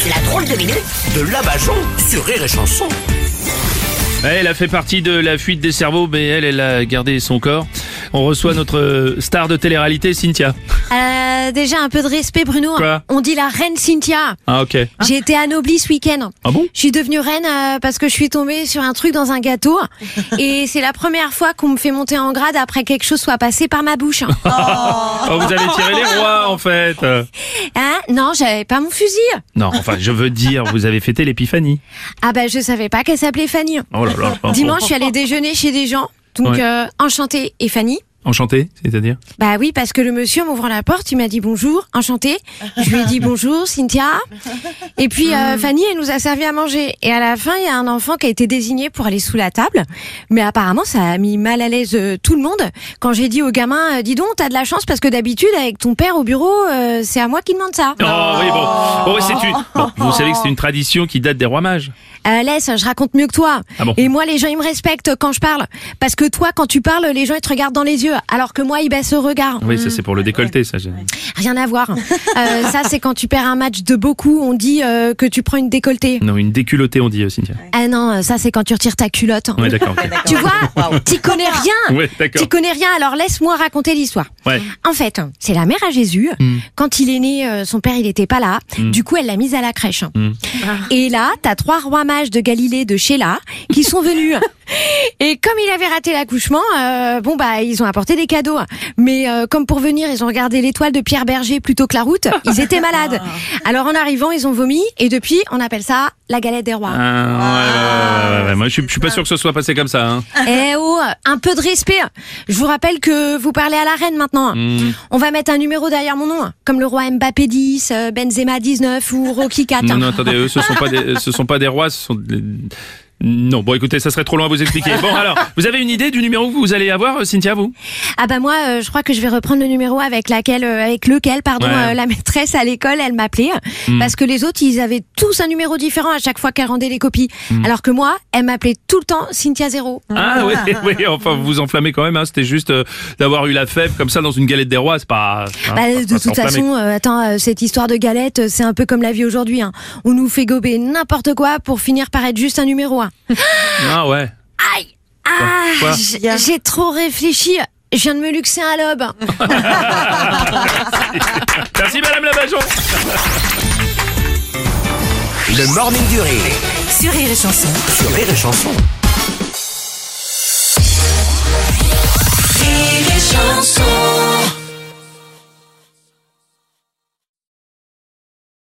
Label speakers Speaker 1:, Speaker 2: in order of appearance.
Speaker 1: C'est la drôle de minute
Speaker 2: de Labajon sur Rire et Chanson.
Speaker 3: Bah, Elle a fait partie de la fuite des cerveaux, mais elle, elle a gardé son corps. On reçoit notre euh, star de télé-réalité, Cynthia.
Speaker 4: Euh, déjà un peu de respect, Bruno.
Speaker 3: Quoi
Speaker 4: On dit la reine Cynthia.
Speaker 3: Ah ok.
Speaker 4: J'ai été anoblie ce week-end.
Speaker 3: Ah bon
Speaker 4: Je suis devenue reine euh, parce que je suis tombée sur un truc dans un gâteau. Et c'est la première fois qu'on me fait monter en grade après que quelque chose soit passé par ma bouche.
Speaker 3: Oh, vous avez tiré les rois en fait. Euh,
Speaker 4: Hein non, j'avais pas mon fusil.
Speaker 3: Non, enfin, je veux dire, vous avez fêté l'épiphanie.
Speaker 4: Ah bah je savais pas qu'elle s'appelait Fanny.
Speaker 3: Oh là là. enfin,
Speaker 4: Dimanche, je suis allée déjeuner chez des gens. Donc
Speaker 3: Ouais.
Speaker 4: euh, enchantée et Fanny.
Speaker 3: bon. Enchanté, c'est-à-dire
Speaker 4: Bah oui, parce que le monsieur en m'ouvrant la porte, il m'a dit bonjour, enchanté. Je lui ai dit bonjour, Cynthia. Et puis
Speaker 3: Mm.
Speaker 4: euh, Fanny, elle nous a servi à manger. Et à la fin, il y a un enfant qui a été désigné pour aller sous la table. Mais apparemment, ça a mis mal à l'aise euh, tout le monde. Quand j'ai dit au gamin, euh, dis donc, t'as de la chance parce que d'habitude, avec ton père au bureau, euh, c'est à moi qui demande ça.
Speaker 3: Oh oui, bon. Bon, oui, c'est une... bon, Vous savez que c'est une tradition qui date des rois mages.
Speaker 4: Euh, laisse, je raconte mieux que toi.
Speaker 3: Ah bon
Speaker 4: Et moi, les gens, ils me respectent quand je parle. Parce que toi, quand tu parles, les gens, ils te regardent dans les yeux. Alors que moi, ils baissent le regard.
Speaker 3: Oui, ça c'est pour le décolleté, ça. j'ai-
Speaker 4: Rien à voir. Euh, ça, c'est quand tu perds un match de beaucoup, on dit euh, que tu prends une décolletée.
Speaker 3: Non, une déculottée, on dit, euh, Cynthia.
Speaker 4: Ah non, ça, c'est quand tu retires ta culotte.
Speaker 3: Ouais, Ah, d'accord. ok.
Speaker 4: Tu vois, t'y connais rien.
Speaker 3: Ouais, d'accord.
Speaker 4: T'y connais rien, alors laisse-moi raconter l'histoire.
Speaker 3: Ouais.
Speaker 4: En fait, c'est la mère à Jésus. Quand il est né, euh, son père, il n'était pas là. Du coup, elle l'a mise à la crèche. Et là, t'as trois rois mages de Galilée, de Sheila, qui sont venus. Et comme il avait raté l'accouchement, euh, bon bah ils ont apporté des cadeaux. Mais euh, comme pour venir, ils ont regardé l'étoile de Pierre Berger plutôt que la route. Ils étaient malades. Alors en arrivant, ils ont vomi. Et depuis, on appelle ça la galette des rois.
Speaker 3: Ah, ouais, ouais, ouais, ouais, ouais. Moi, je suis, je suis pas sûr que ce soit passé comme ça. Hein.
Speaker 4: Eh oh, un peu de respect. Je vous rappelle que vous parlez à la reine maintenant.
Speaker 3: Hmm.
Speaker 4: On va mettre un numéro derrière mon nom, hein. comme le roi Mbappé 10, euh, Benzema 19 ou Rocky hein. 4.
Speaker 3: Non, non, attendez, eux, ce sont pas des, ce sont pas des rois, ce sont des- Non, bon, écoutez, ça serait trop loin à vous expliquer. Bon, alors, vous avez une idée du numéro que vous allez avoir, euh, Cynthia, vous
Speaker 4: Ah bah moi, euh, je crois que je vais reprendre le numéro avec laquelle, euh, avec lequel, pardon,
Speaker 3: Ouais. Hmm.
Speaker 4: euh, la maîtresse à l'école, elle m'appelait, parce que les autres, ils avaient tous un numéro différent à chaque fois qu'elle rendait les copies, alors que moi, elle m'appelait tout le temps Cynthia Zéro.
Speaker 3: Hmm. Ah, oui, oui, enfin, vous vous enflammez quand même, hein, c'était juste euh, d'avoir eu la fève comme ça dans une galette des rois, c'est pas... hein,
Speaker 4: Bah,
Speaker 3: faut pas
Speaker 4: de toute
Speaker 3: s'enflammer.
Speaker 4: façon, euh, attends, euh, cette histoire de galette, euh, c'est un peu comme la vie aujourd'hui. Hein. On nous fait gober n'importe quoi pour finir par être juste un numéro un. euh,
Speaker 3: Ah, ouais.
Speaker 4: Aïe Ah
Speaker 3: Quoi
Speaker 4: j- J'ai trop réfléchi. Je viens de me luxer un lobe.
Speaker 3: Merci, Madame Labajon
Speaker 2: Le morning du rire
Speaker 1: sur Rire et Chanson.
Speaker 2: sur Rire et Chanson.
Speaker 1: Rire et Chanson.